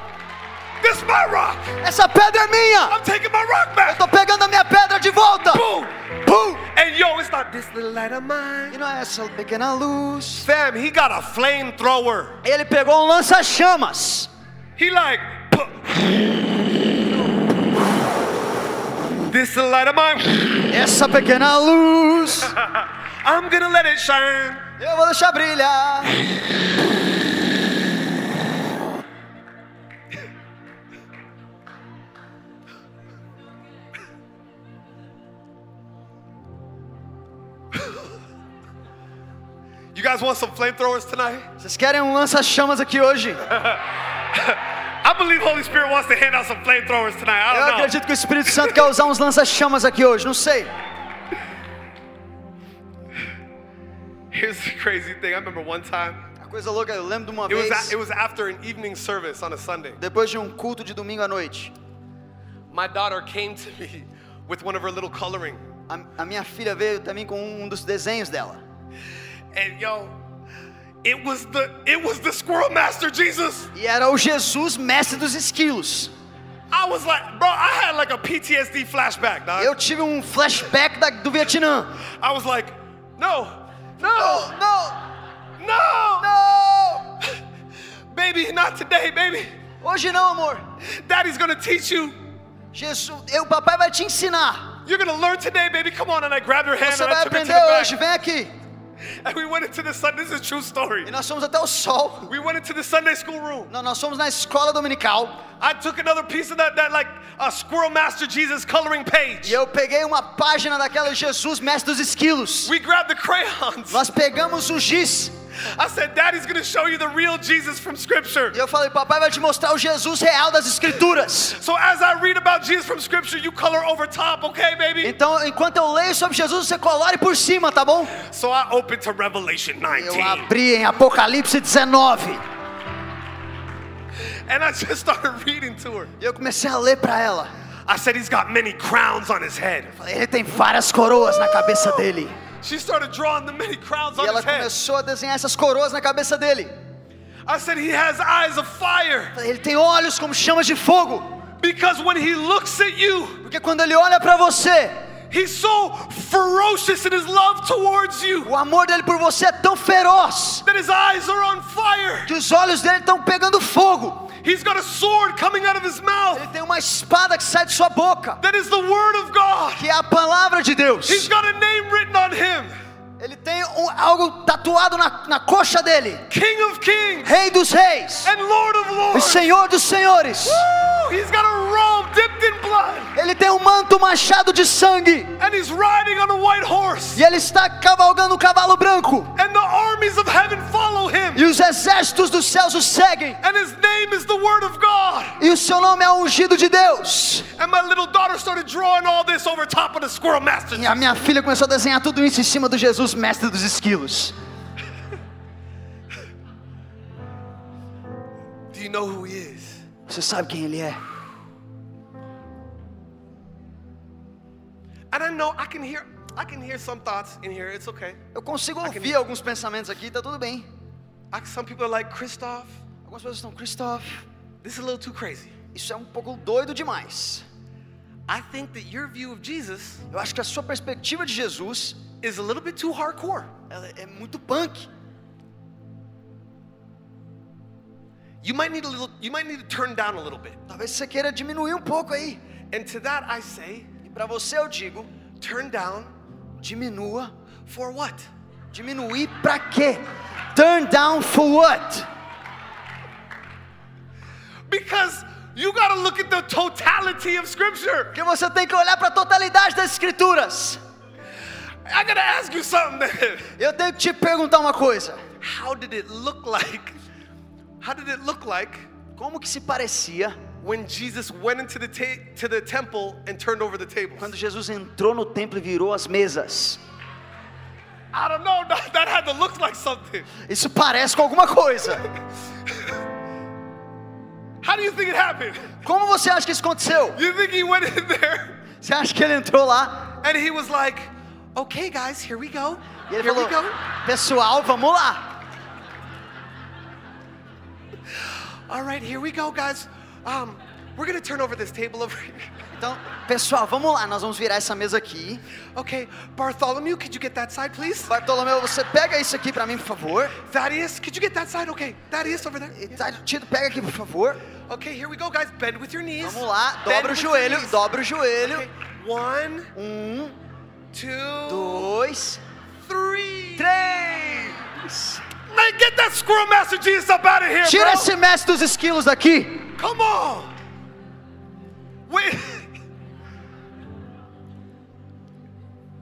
This is my rock. Essa pedra é minha. I'm taking my rock back. Tô pegando a minha pedra de volta. Boom! Pum. And yo, it's not this little light of mine. E não é essa pequena luz. Fam, he got a flamethrower. Ele pegou um lança-chamas. He like, put, this little light of mine, Essa pequena luz, I'm gonna let it shine. eu vou deixar brilhar. You guys want some flamethrowers tonight? Vocês querem um lança-chamas aqui hoje? I believe Holy Spirit wants to hand out some flamethrowers tonight. I Eu don't know. acredito que o Espírito Santo quer usar uns lança-chamas aqui hoje, não sei. Here's the crazy thing. I remember one time. A coisa louca, eu lembro de uma It was vez, a, it was after an evening service on a Sunday. depois de um culto de domingo à noite, My daughter came to me with one of her little coloring, a, a minha filha veio também com um dos desenhos dela. and yo, it was the it was the Squirrel Master Jesus. E era o Jesus, mestre dos esquilos. I was like, bro, I had like a PTSD flashback, dog. Eu tive um flashback da- do Vietnã. I was like, no, no, não, no, não! baby, not today, baby. Hoje não, amor. Daddy's gonna teach you. Jesus, eu, papai vai te ensinar. You're gonna learn today, baby. Come on. And I grabbed her hand Você and I vai took her to the aprender back. hoje, vem aqui. And we went into the sun. This is a true story. E nós fomos até o sol. We went into the Sunday school room. Não, nós fomos na escola dominical. I took another piece of that, that like a Squirrel Master Jesus coloring E page. eu peguei uma página daquela de Jesus, mestre dos esquilos. We grabbed the crayons. Nós pegamos o giz. I said, Daddy's gonna show you the real Jesus from Scripture. E eu falei, papai vai te mostrar o Jesus real das escrituras. So as I read about Jesus from Scripture, you color over top, okay, baby? Então, enquanto eu leio sobre Jesus, você colore por cima, tá bom? So I opened to Revelation Eu (laughs) 19, abri em Apocalipse 19. and I just started reading to her. E eu comecei a ler pra ela. I said, He's got many crowns on his head. Falei, ele tem várias coroas na cabeça dele. She started drawing the many crowns E on ela his head. começou a desenhar essas coroas na cabeça dele. I said, He has eyes of fire Falei, ele tem olhos como chamas de fogo. because when he looks at you, Porque quando ele olha pra você, He's so ferocious in his love towards you o amor dele por você é tão feroz that his eyes are on fire. que os olhos dele estão pegando fogo. He's got a sword coming out of his Ele mouth tem uma espada que sai de sua boca, that is the word of God. que é a palavra de Deus. He's got a name written on him Ele tem um- algo tatuado na, na coxa dele. King of Kings Rei dos reis and Lord of e Lords. Senhor dos senhores. Woo! He's got a robe dipped in blood Ele tem um manto manchado de sangue. and he's riding on a white horse. E ele está cavalgando um cavalo branco. And the armies of heaven follow him. E os exércitos dos céus o seguem. And his name is the Word of God. E o seu nome é ungido de Deus. And my little daughter started drawing all this over top of the squirrel master. E a minha filha começou a desenhar tudo isso em cima do Jesus, mestre dos esquilos. Do you know who he is? Você sabe quem ele é? And I know I can hear I can hear some thoughts in here. It's okay. Eu consigo ouvir alguns pensamentos aqui, tá tudo bem. I, some people are like Christoph. Algumas pessoas estão, Christoph, This is a little too crazy. isso é um pouco doido demais. I think that your view of Jesus Eu acho que a sua perspectiva de Jesus is a little bit too hardcore. ela é muito punk. You might need a little. You might need to turn down a little bit. Talvez você queira diminuir um pouco aí. And to that I say, E pra você eu digo, turn down diminua. for what? Diminuir pra quê? Turn down for what? Because you gotta look at the totality of Scripture. Porque você tem que olhar pra totalidade das escrituras. I gotta ask you something. Then. (laughs) Eu tenho que te perguntar uma coisa. How did it look like? How did it look like Como que se parecia when Jesus went into the ta- to the temple and turned over the tables? quando Jesus entrou no templo e virou as mesas? I don't know. (laughs) That, that had to look like something. Isso parece com alguma coisa. How do you think it happened? Como você acha que isso aconteceu? You think he went in there Você acha que ele entrou lá and he was like, "Okay, guys, here we go. e ele Here falou: we go. Pessoal, vamos lá. All right, here we go, guys. Um, we're gonna turn over this table over here. (laughs) Então, pessoal, vamos lá. Nós vamos virar essa mesa aqui. Okay, Bartholomew, could you get that side, please? Bartolomeu, você pega isso aqui pra mim, por favor. Thaddeus, could you get that side? Okay, Thaddeus over there. E tá, Tito, pega aqui, por favor. Okay, here we go, guys. Bend with your knees. Vamos lá, Bend dobra o with your joelho, knees. dobra o joelho. Okay, One, Um, two, dois, three. três. Man, get that squirrel master Jesus up out of here, Tira bro. esse mestre dos esquilos daqui. Come on! Wait.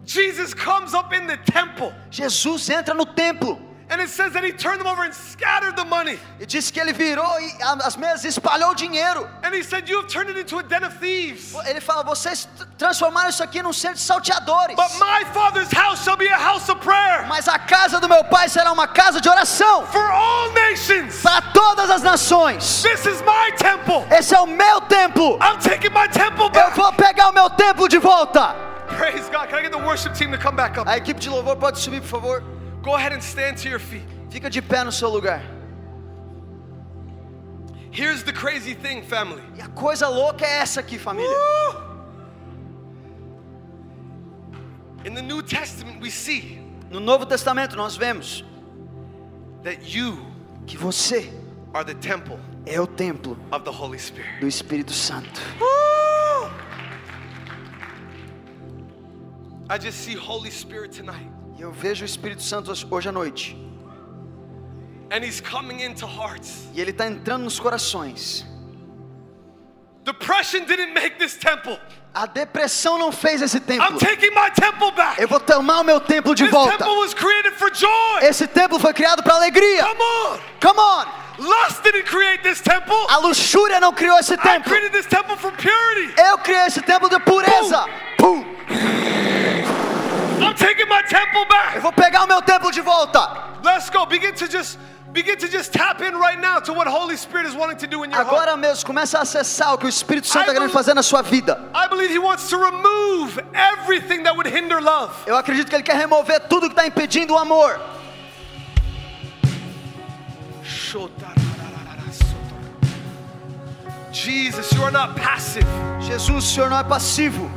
Jesus comes up in the temple Jesus entra no templo and it says that he turned them over and scattered the money. e diz que ele virou e a- as mesas e espalhou o dinheiro. And he said, You have turned it into a den of thieves. Ele fala: vocês t- transformaram isso aqui num centro de salteadores. But my father's house shall be a house of prayer Mas a casa do meu pai será uma casa de oração for all nations. para todas as nações. This is my temple. Esse é o meu templo. I'm taking my temple Eu back. vou pegar o meu templo de volta. Praise God. Can I get the worship team to come back up? A equipe de louvor pode subir, por favor. Go ahead and stand to your feet. Fica de pé no seu lugar. Here's the crazy thing, family. E a coisa louca é essa aqui, família. Woo! (gasps) In the New Testament, we see No Novo Testamento nós vemos that you que você are the temple é o templo of the Holy Spirit. (gasps) do Espírito Santo. Woo! I just see Holy Spirit tonight. E Eu vejo o Espírito Santo hoje à noite. and He's coming into hearts. E ele está entrando nos corações. Depression didn't make this temple. A depressão não fez esse I'm templo. taking my temple back. Eu vou tomar o meu templo de This volta. temple was created for joy. Esse templo foi criado para alegria. Come on. Come on! Lust didn't create this temple. A luxúria não criou esse I templo. created this temple for purity. Eu criei esse templo de pureza. Pum! I'm taking my temple Eu back. vou pegar o meu templo de volta. Let's go. Begin to just begin to just tap in right now to what Holy Spirit is wanting to do in your heart. Agora mesmo, começa a acessar o que o Espírito Santo está querendo fazer na sua vida. I believe he wants to remove everything that would hinder love. Eu acredito que Ele quer remover tudo que está impedindo o amor. Jesus, you are not passive. Jesus, o Senhor não é passivo.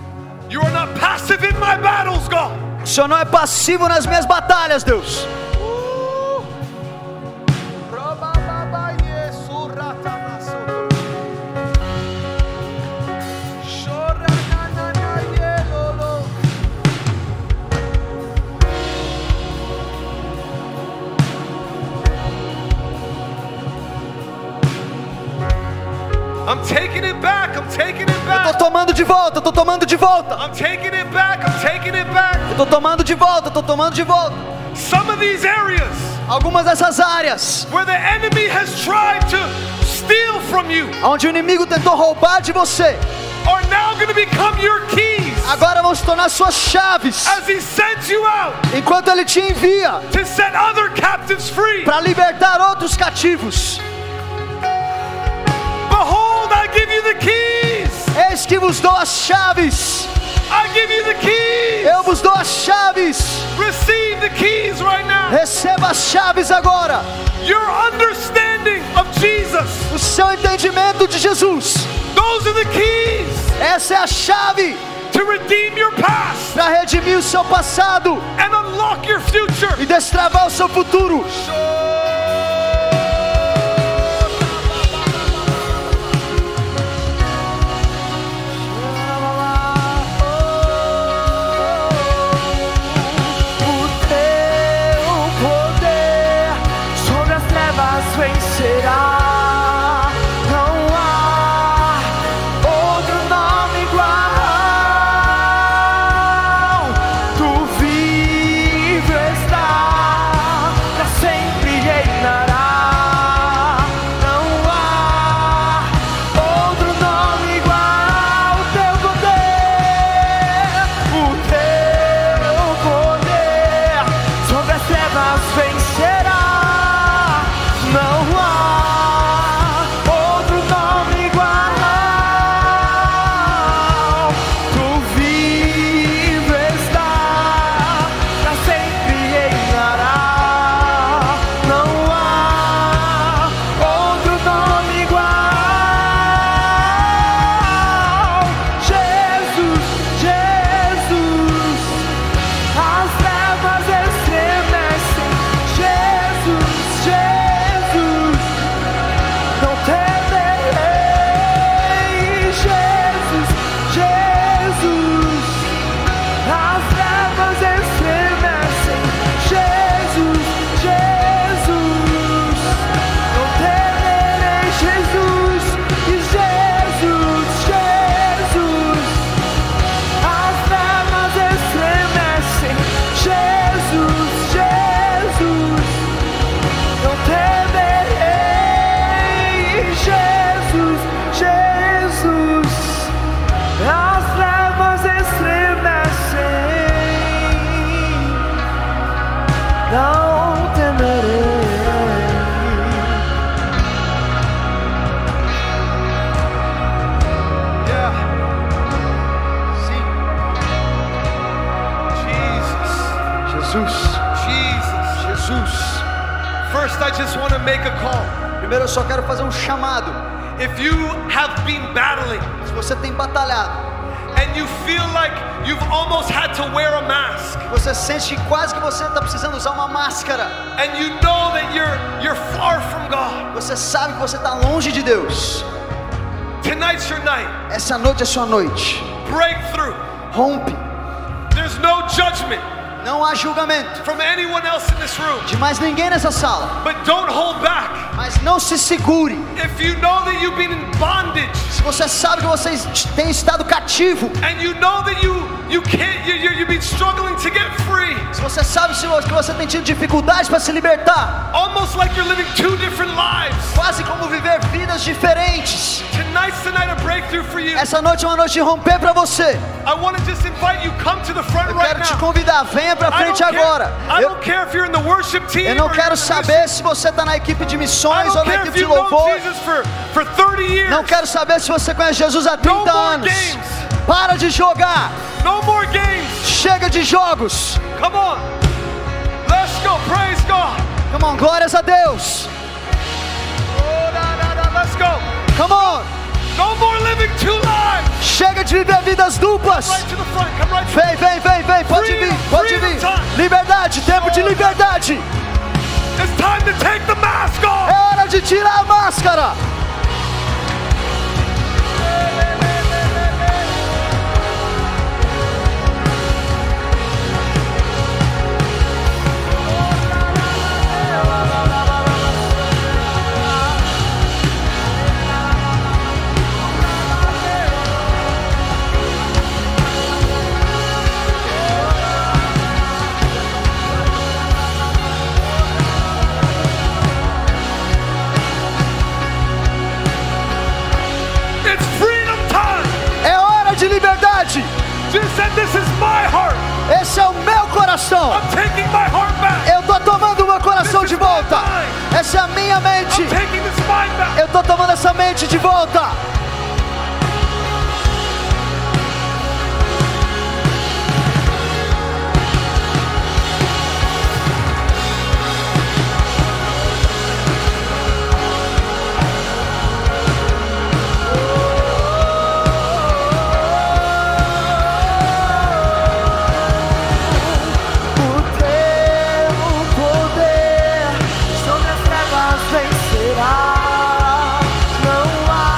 You are not passive in my battles, God. O Senhor não é passivo nas minhas batalhas, Deus. I'm taking it back. I'm taking it Tô back. tomando de volta, tô tomando de volta. I'm taking it back. I'm taking it back. Tô tomando de volta, tô tomando de volta. Some of these areas Algumas dessas áreas where the enemy has tried to steal from you onde o inimigo tentou roubar de você, are now going to become your keys agora vão se tornar suas chaves. as he sends you out Enquanto ele te envia to set other captives free. para libertar outros cativos. Behold, I give you the keys. Eis que vos dou as chaves. I give you the keys. Eu vos dou as chaves. Receive the keys right now. Receba as chaves agora. Your understanding of Jesus. O seu entendimento de Jesus. Those are the keys Essa é a chave to redeem your past para redimir o seu passado and unlock your future. e destravar o seu futuro. O teu poder sobre as trevas vencerá. Não há outro nome igual. Tu vivo está, pra sempre reinará. Não há outro nome igual. O teu poder, o teu poder sobre as trevas vencerá. Não há outro nome igual. Tu vivo está, pra sempre reinará. Não há outro nome igual. Jesus, Jesus, as trevas estremecem. Jesus, Jesus, não temerei. Jesus, Jesus, as trevas estremecem. Jesus, Jesus, não temerei. Jesus, e Jesus, Jesus. As trevas estremecem, Jesus, Jesus. Não temerei, Jesus, Jesus. As trevas estremecem, não temerei. Yeah. See? Jesus. Jesus, Jesus. Jesus. First, I just want to make a call. Primeiro eu só quero fazer um chamado. If you have been battling Se você tem batalhado, and you feel like you've almost had to wear a mask, você sente que quase que você tá está precisando usar uma máscara. and you know that you're you're far from God, Você sabe que tá você está longe de Deus. tonight's your night. Essa noite é sua noite. Breakthrough. Rompe. There's no judgment. Não há julgamento from anyone else in this room. de mais ninguém nessa sala. But don't hold back. Mas não se segure. If you know that you've been in bondage Se você sabe que você est- tem estado cativo, and you know that you you can't you, you you've been struggling to get free, se você sabe se vo- que você tem tido dificuldades para se libertar, almost like you're living two different lives. quase como viver vidas diferentes. Tonight's the night of breakthrough for you. Essa noite é uma noite de romper para você. I want to just invite you come to the front Eu right quero te now. convidar, venha para I don't, frente care, agora. I Eu, don't care if you're in the worship team. eu não or quero you're in the saber se você está na equipe de I missões ou don't na care if equipe de you know louvor. Jesus for, for 30 years. Não quero saber se você conhece Jesus há 30 more anos. games. Para de jogar. No more games. Chega de jogos. Come on. Let's go. Praise God. Come on, glórias a Deus. Oh, da, da, da. Let's go. Come on. No more living two lives. Chega de viver vidas duplas. Right to the front. Come right to Vem, vem, vem, vem. Pode Freedom, vir, pode freedom vir. time. Liberdade, tempo de liberdade. It's time to take the mask É off. hora de tirar a máscara. It's freedom time. É hora de liberdade. Jesus said, This is my heart. Esse é o meu coração. I'm taking my heart back. Eu tô tomando o meu coração de volta. Essa é a minha mente. I'm taking this mind back. Eu tô tomando essa mente de volta. O teu poder sobre as trevas vencerá. Não há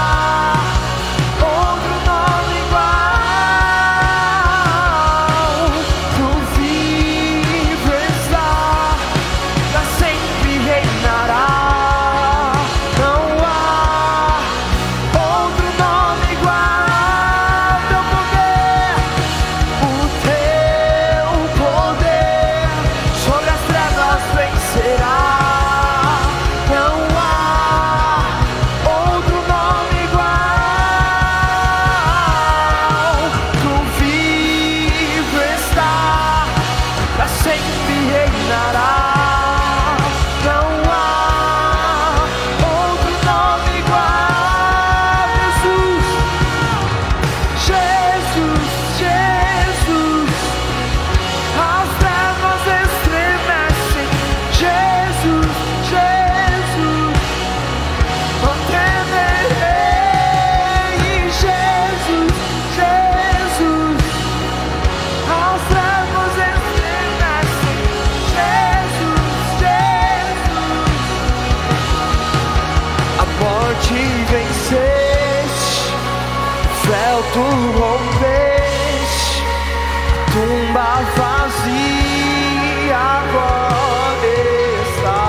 outro nome igual. Tu vivo está, pra sempre reinará. Não há outro nome igual. Teu poder o teu poder sobre as trevas vencerá. Não há outro nome igual. Tu vivo está, pra sempre reinará. Não há outro nome igual. Jesus. Jesus, Jesus, as trevas estremecem. Jesus, Jesus, não temerei. Jesus, Jesus, as trevas estremecem. Jesus, Jesus, a morte venceste véu tu rompeste, tumba vazia agora está.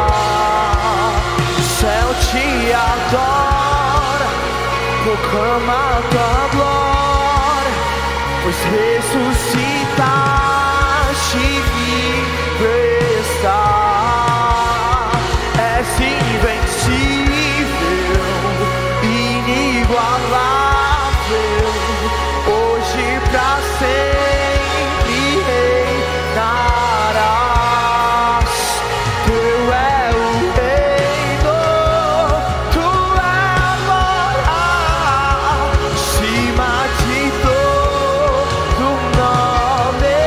O céu te adora, proclama tua glória, pois ressuscitaste e vivo está. És invencível, inigualável, hoje pra sempre reinarás. Teu é o reino, tu é a glória, cima de todo nome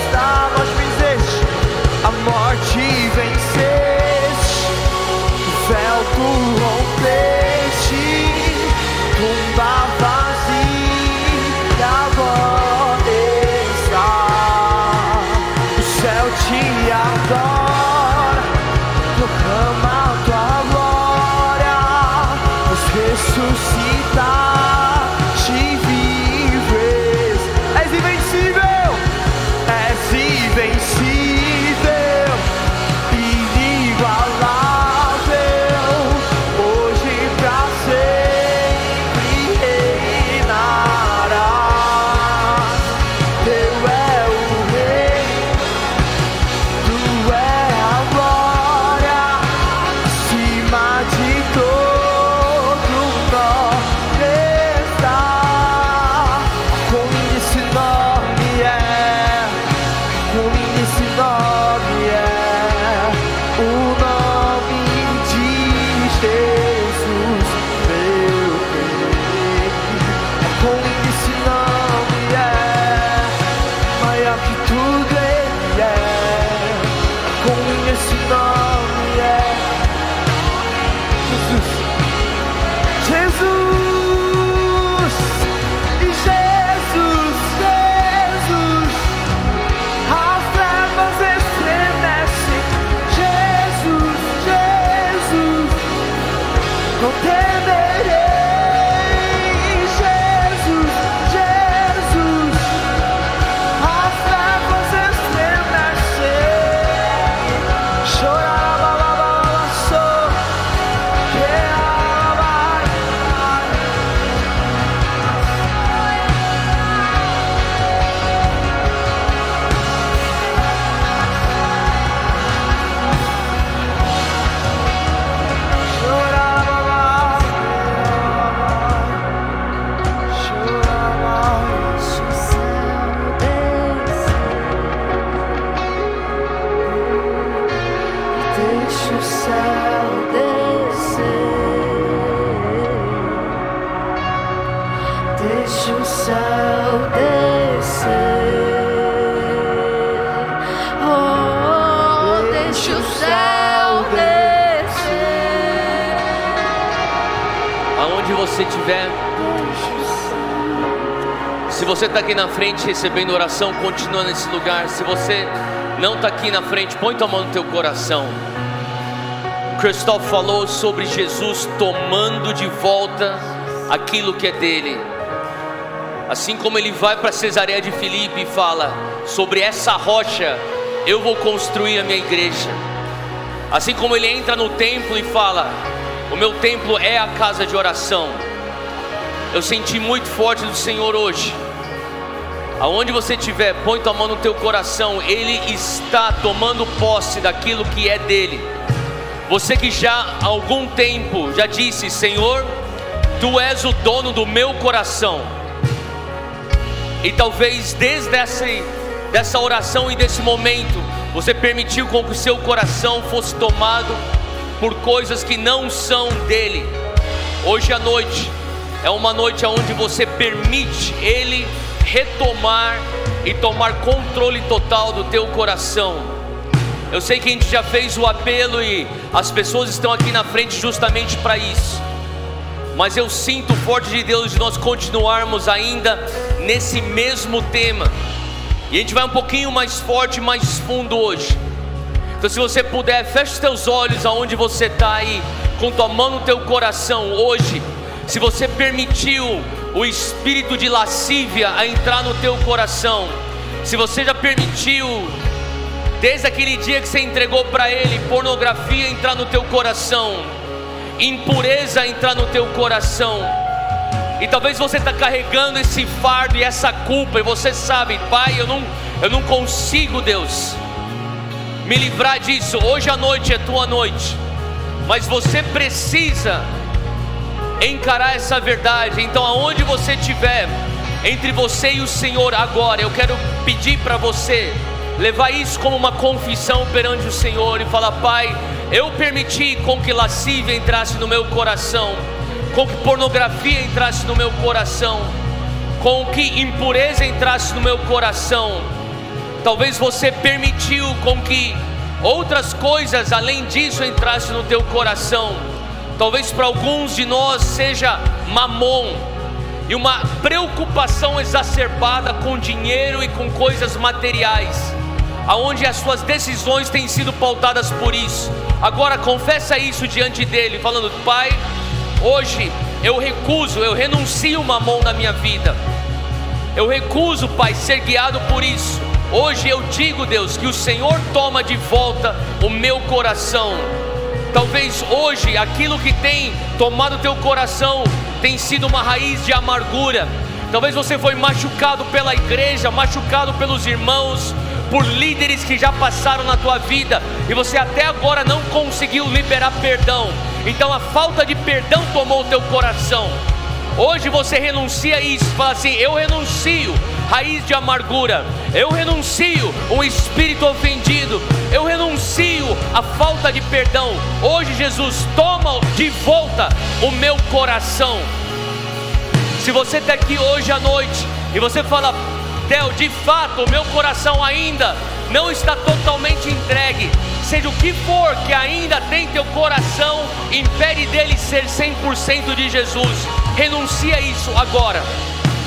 está. Nós fizeste a morte e venceste véu tu rompeste, tumba vazia agora está. O céu te adora, proclama a tua glória, nos ressuscitar, te vives. És invencível, és invencível. Esse nome é o nome de Jesus, meu bem. É com esse nome é maior que tudo ele é. É com esse nome é Jesus. Jesus, Jesus, Jesus, as trevas estremecem. Jesus, Jesus, não temerei. Jesus, Jesus, as trevas estremecem. Chorar, balá, balá, Deixa o céu descer. Deixa o céu descer. Oh, deixa o céu descer. Aonde você estiver, Deixa o céu. se você está aqui na frente recebendo oração, continua nesse lugar. Se você não está aqui na frente, põe tua mão no teu coração. Cristal falou sobre Jesus tomando de volta aquilo que é dele. Assim como ele vai para Cesareia de Filipe e fala: Sobre essa rocha eu vou construir a minha igreja. Assim como ele entra no templo e fala: O meu templo é a casa de oração. Eu senti muito forte do Senhor hoje. Aonde você estiver, põe tua mão no teu coração. Ele está tomando posse daquilo que é dele. Você que já há algum tempo já disse, Senhor, tu és o dono do meu coração. E talvez desde essa, dessa oração e desse momento, você permitiu com que o seu coração fosse tomado por coisas que não são dele. Hoje à noite é uma noite onde você permite ele retomar e tomar controle total do teu coração. Eu sei que a gente já fez o apelo e as pessoas estão aqui na frente justamente para isso. Mas eu sinto forte de Deus de nós continuarmos ainda nesse mesmo tema. E a gente vai um pouquinho mais forte, mais fundo hoje. Então, se você puder, feche os teus olhos aonde você está aí, com tua mão no teu coração hoje. Se você permitiu o espírito de lascívia a entrar no teu coração, se você já permitiu desde aquele dia que você entregou para ele, pornografia entrar no teu coração, impureza entrar no teu coração. E talvez você está carregando esse fardo e essa culpa, e você sabe, Pai, eu não, eu não consigo, Deus, me livrar disso. Hoje à noite é tua noite, mas você precisa encarar essa verdade. Então, aonde você estiver, entre você e o Senhor agora, eu quero pedir para você levar isso como uma confissão perante o Senhor e falar: Pai, eu permiti com que lascívia entrasse no meu coração, com que pornografia entrasse no meu coração, com que impureza entrasse no meu coração. Talvez você permitiu com que outras coisas além disso entrassem no teu coração. Talvez para alguns de nós seja mamon e uma preocupação exacerbada com dinheiro e com coisas materiais, aonde as suas decisões têm sido pautadas por isso. Agora confessa isso diante dele, falando: Pai, hoje eu recuso, eu renuncio mamon na minha vida. Eu recuso, Pai, ser guiado por isso. Hoje eu digo, Deus, que o Senhor toma de volta o meu coração. Talvez hoje aquilo que tem tomado teu coração tem sido uma raiz de amargura. Talvez você foi machucado pela igreja, machucado pelos irmãos, por líderes que já passaram na tua vida e você até agora não conseguiu liberar perdão. Então a falta de perdão tomou o teu coração. Hoje você renuncia a isso, fala assim: eu renuncio raiz de amargura. Eu renuncio um espírito ofendido. Eu renuncio a falta de perdão. Hoje, Jesus, toma de volta o meu coração. Se você está aqui hoje à noite e você fala, Theo, de fato, o meu coração ainda não está totalmente entregue, seja o que for que ainda tem teu coração, impede dele ser 100% de Jesus. Renuncia isso agora.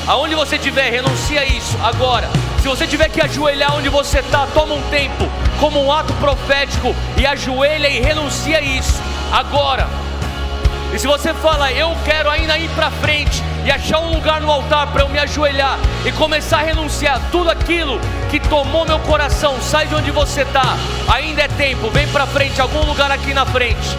Aonde você estiver, renuncia isso agora. Se você tiver que ajoelhar onde você está, toma um tempo, como um ato profético, e ajoelha e renuncia isso agora. E se você fala, eu quero ainda ir para frente e achar um lugar no altar para eu me ajoelhar e começar a renunciar tudo aquilo que tomou meu coração, sai de onde você está. Ainda é tempo, vem para frente, algum lugar aqui na frente.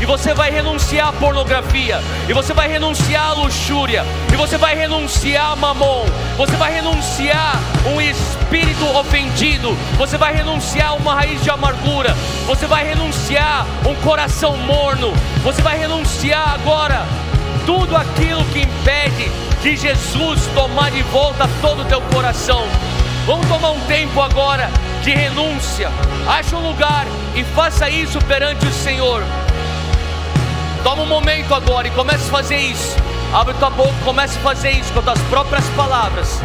E você vai renunciar à pornografia, e você vai renunciar à luxúria, e você vai renunciar a mamon, você vai renunciar um espírito ofendido, você vai renunciar a uma raiz de amargura, você vai renunciar um coração morno, você vai renunciar agora tudo aquilo que impede de Jesus tomar de volta todo o teu coração. Vamos tomar um tempo agora de renúncia. Acha um lugar e faça isso perante o Senhor. Toma um momento agora e comece a fazer isso. Abre tua boca, e comece a fazer isso com as tuas próprias palavras.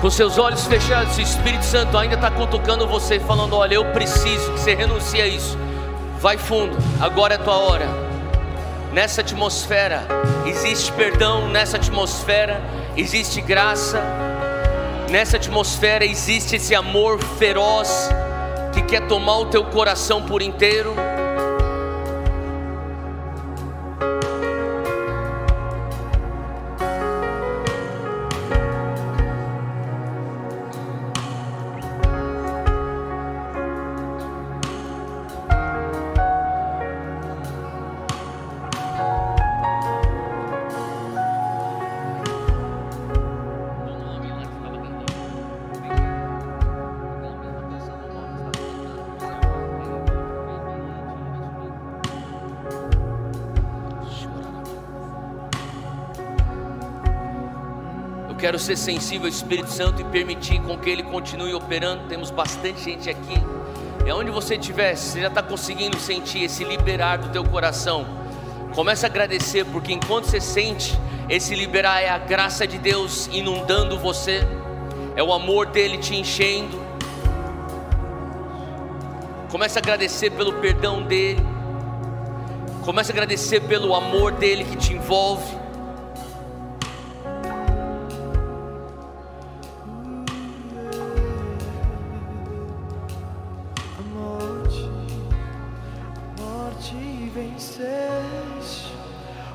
com seus olhos fechados, o Espírito Santo ainda está cutucando você, falando: Olha, eu preciso que você renuncie a isso. Vai fundo, agora é a tua hora. Nessa atmosfera existe perdão, nessa atmosfera existe graça, nessa atmosfera existe esse amor feroz que quer tomar o teu coração por inteiro. Eu quero ser sensível ao Espírito Santo e permitir com que Ele continue operando. Temos bastante gente aqui. E onde você estiver, se você já está conseguindo sentir esse liberar do teu coração. Comece a agradecer, porque enquanto você sente esse liberar, é a graça de Deus inundando você, é o amor dele te enchendo. Comece a agradecer pelo perdão dele. Comece a agradecer pelo amor dele que te envolve. A morte, a morte venceste,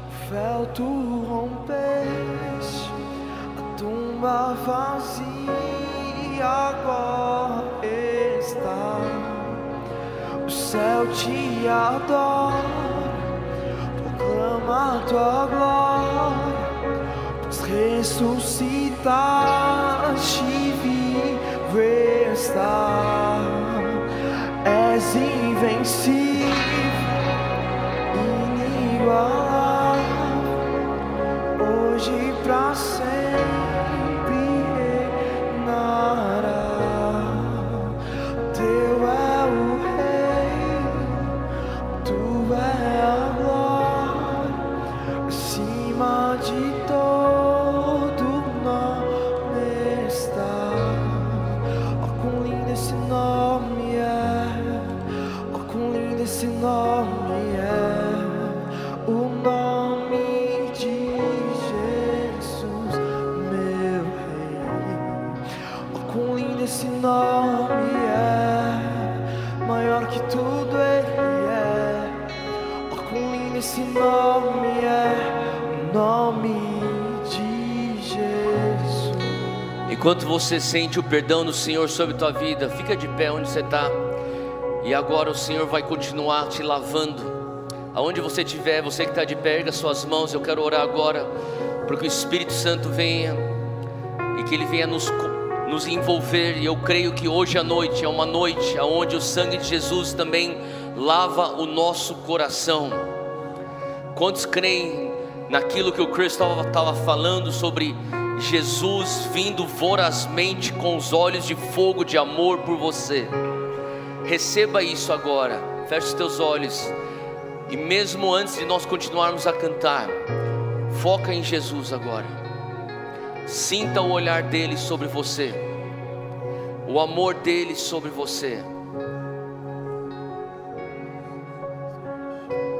o feltro rompeste, a tumba vazia agora está. O céu te adora, proclama a tua glória, pois ressuscitaste e vivo está. És invencível, inigualável, hoje e pra sempre reinará. Teu é o rei, tu acima de todo nome está. Ó, quão lindo esse nome é! Ó, quão lindo esse nome é! O nome de Jesus, meu Rei. Ó, quão lindo esse nome é! Maior que tudo ele é. Ó, quão lindo esse nome é, o nome de Jesus. Enquanto você sente o perdão do Senhor sobre tua vida, fica de pé onde você está. E agora o Senhor vai continuar te lavando. Aonde você estiver, você que está de pé, erga suas mãos. Eu quero orar agora para que o Espírito Santo venha e que ele venha nos, co- nos envolver. E eu creio que hoje à noite é uma noite onde o sangue de Jesus também lava o nosso coração. Quantos creem naquilo que o Cristóvão estava falando sobre Jesus vindo vorazmente com os olhos de fogo de amor por você? Receba isso agora, feche os teus olhos e, mesmo antes de nós continuarmos a cantar, foca em Jesus agora. Sinta o olhar dele sobre você, o amor dele sobre você.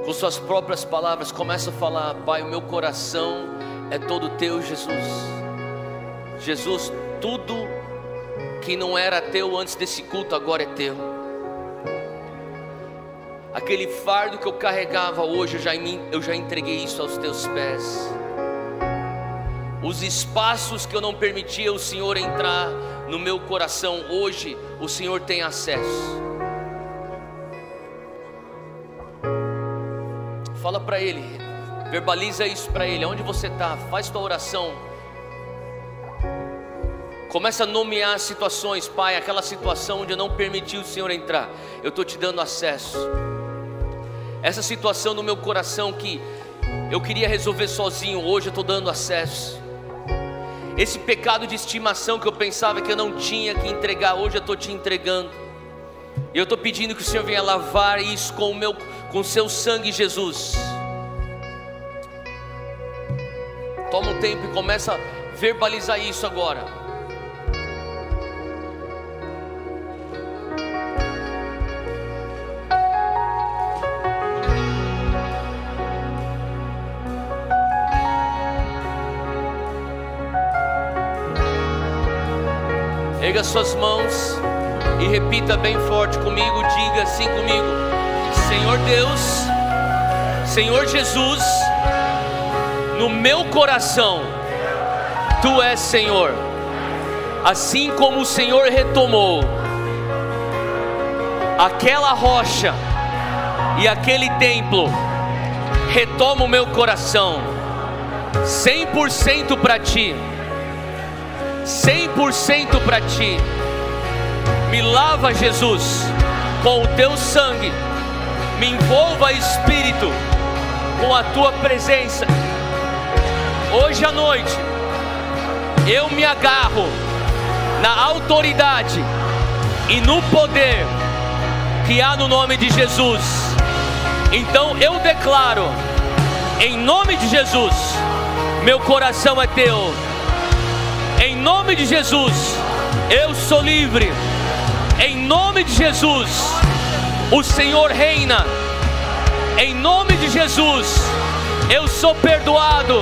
com suas próprias palavras, começa a falar: Pai, o meu coração é todo teu, Jesus. Jesus, tudo que não era teu antes desse culto agora é teu. Aquele fardo que eu carregava hoje, eu já, em mim- eu já entreguei isso aos teus pés. Os espaços que eu não permitia o Senhor entrar no meu coração, hoje o Senhor tem acesso. Fala para ele. Verbaliza isso para ele. Onde você está? Faz tua oração. Começa a nomear situações, Pai, aquela situação onde eu não permiti o Senhor entrar. Eu estou te dando acesso. Essa situação no meu coração que eu queria resolver sozinho, hoje eu estou dando acesso. Esse pecado de estimação que eu pensava que eu não tinha que entregar, hoje eu estou te entregando. E eu estou pedindo que o Senhor venha lavar isso com o meu, com o seu sangue, Jesus. Toma um tempo e começa a verbalizar isso agora. Erga suas mãos e repita bem forte comigo, diga assim comigo: Senhor Deus, Senhor Jesus, no meu coração, Tu és Senhor, assim como o Senhor retomou aquela rocha e aquele templo, retoma o meu coração, 100% para Ti. 100% para ti. Me lava, Jesus, com o teu sangue. Me envolva, Espírito, com a tua presença. Hoje à noite, eu me agarro na autoridade e no poder que há no nome de Jesus. Então eu declaro, em nome de Jesus, meu coração é teu. Em nome de Jesus, eu sou livre. Em nome de Jesus, o Senhor reina. Em nome de Jesus, eu sou perdoado.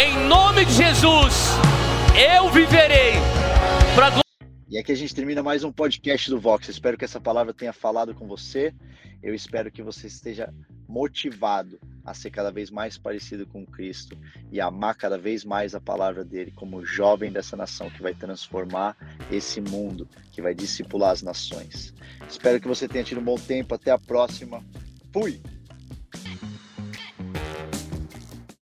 Em nome de Jesus, eu viverei para a E aqui a gente termina mais um podcast do Vox. Espero que essa palavra tenha falado com você. Eu espero que você esteja motivado a ser cada vez mais parecido com Cristo e amar cada vez mais a palavra dele como jovem dessa nação que vai transformar esse mundo, que vai discipular as nações. Espero que você tenha tido um bom tempo. Até a próxima. Fui!